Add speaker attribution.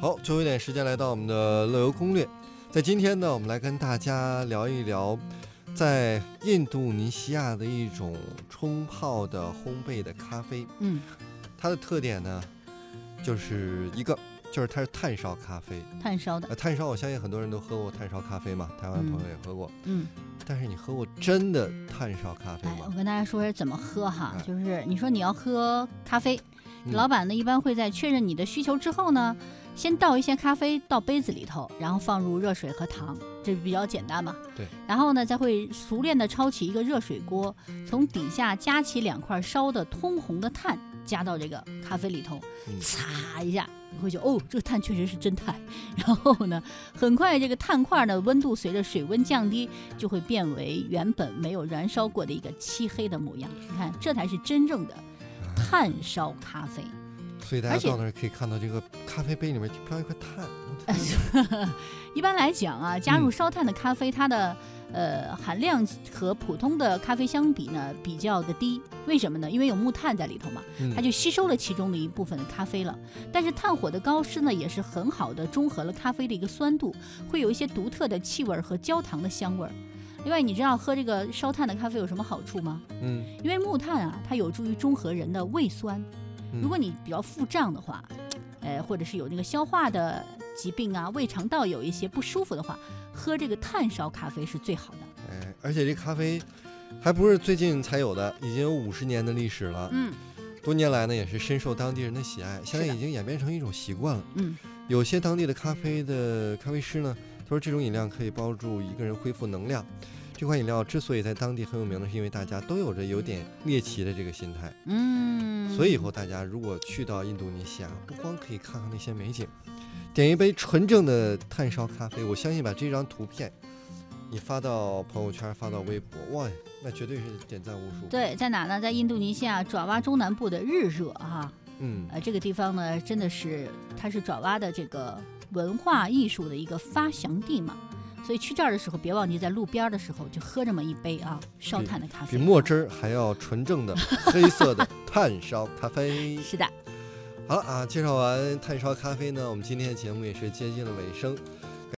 Speaker 1: 好，最后一点时间来到我们的乐游攻略，在今天呢，我们来跟大家聊一聊，在印度尼西亚的一种冲泡的烘焙的咖啡，
Speaker 2: 嗯，
Speaker 1: 它的特点呢，就是一个就是它是炭烧咖 啡，
Speaker 2: 炭烧的，
Speaker 1: 呃，炭烧我相信很多人都喝过炭烧咖啡嘛，台湾朋友也喝过，
Speaker 2: 嗯，
Speaker 1: 但是你喝过真的炭烧咖啡
Speaker 2: 哎，我
Speaker 1: 吗？
Speaker 2: 跟大家说说怎么喝哈
Speaker 1: 哎，
Speaker 2: 就是你说你要喝咖啡，
Speaker 1: 嗯
Speaker 2: 哎老板呢一般会在确认你的需求之后呢，先倒一些咖啡到杯子里头，然后放入热水和糖，这比较简单嘛。
Speaker 1: 对。
Speaker 2: 然后呢，再会熟练的抄起一个热水锅，从底下夹起两块烧的通红的炭，加到这个咖啡里头，
Speaker 1: 嗯
Speaker 2: 擦一下。你会觉得哦，这个炭确实是真炭。然后呢，很快这个炭块呢温度随着水温降低，就会变为原本没有燃烧过的一个漆黑的模样。你看，这才是真正的炭烧咖啡。
Speaker 1: 所以大家
Speaker 2: 而且
Speaker 1: 到那儿可以看到这个咖啡杯里面飘一块炭，我的天哪
Speaker 2: 一般来讲啊，加入烧炭的咖啡，它的呃含量和普通的咖啡相比呢，比较的低。为什么呢？因为有木炭在里头嘛，
Speaker 1: 嗯
Speaker 2: 它就吸收了其中的一部分的咖啡了。但是炭火的高湿呢，也是很好的中和了咖啡的一个酸度，会有一些独特的气味儿和焦糖的香味儿。另外，你知道喝这个烧炭的咖啡有什么好处吗？
Speaker 1: 嗯，
Speaker 2: 因为木炭啊，它有助于中和人的胃酸。
Speaker 1: 嗯
Speaker 2: 如果你比较腹胀的话，呃，或者是有那个消化的疾病啊，胃肠道有一些不舒服的话，喝这个炭烧咖啡是最好的。
Speaker 1: 哎，而且这咖啡还不是最近才有的，已经有五十年的历史了。
Speaker 2: 嗯
Speaker 1: 多年来呢，也是深受当地人的喜爱，现在
Speaker 2: 是的
Speaker 1: 已经演变成一种习惯了。
Speaker 2: 嗯，
Speaker 1: 有些当地的咖啡的咖啡师呢，他说这种饮料可以帮助一个人恢复能量。这款饮料之所以在当地很有名呢，是因为大家都有着有点猎奇的这个心态。
Speaker 2: 嗯，
Speaker 1: 所以以后大家如果去到印度尼西亚，不光可以看看那些美景，点一杯纯正的炭烧咖啡，我相信把这张图片你发到朋友圈、发到微博，哇，那绝对是点赞无数。，
Speaker 2: 对，在哪呢？在印度尼西亚爪哇中南部的日惹哈、
Speaker 1: 嗯，
Speaker 2: 呃，这个地方呢，真的是它是爪哇的这个文化艺术的一个发祥地嘛。所以去这儿的时候，别忘记在路边儿的时候就喝这么一杯啊，烧
Speaker 1: 比
Speaker 2: 炭的咖啡
Speaker 1: 比
Speaker 2: 啊。
Speaker 1: 墨汁儿还要纯正的黑色 的炭烧咖啡。
Speaker 2: 是的，
Speaker 1: 好了啊，介绍完炭烧咖啡呢，我们今天的节目也是接近了尾声。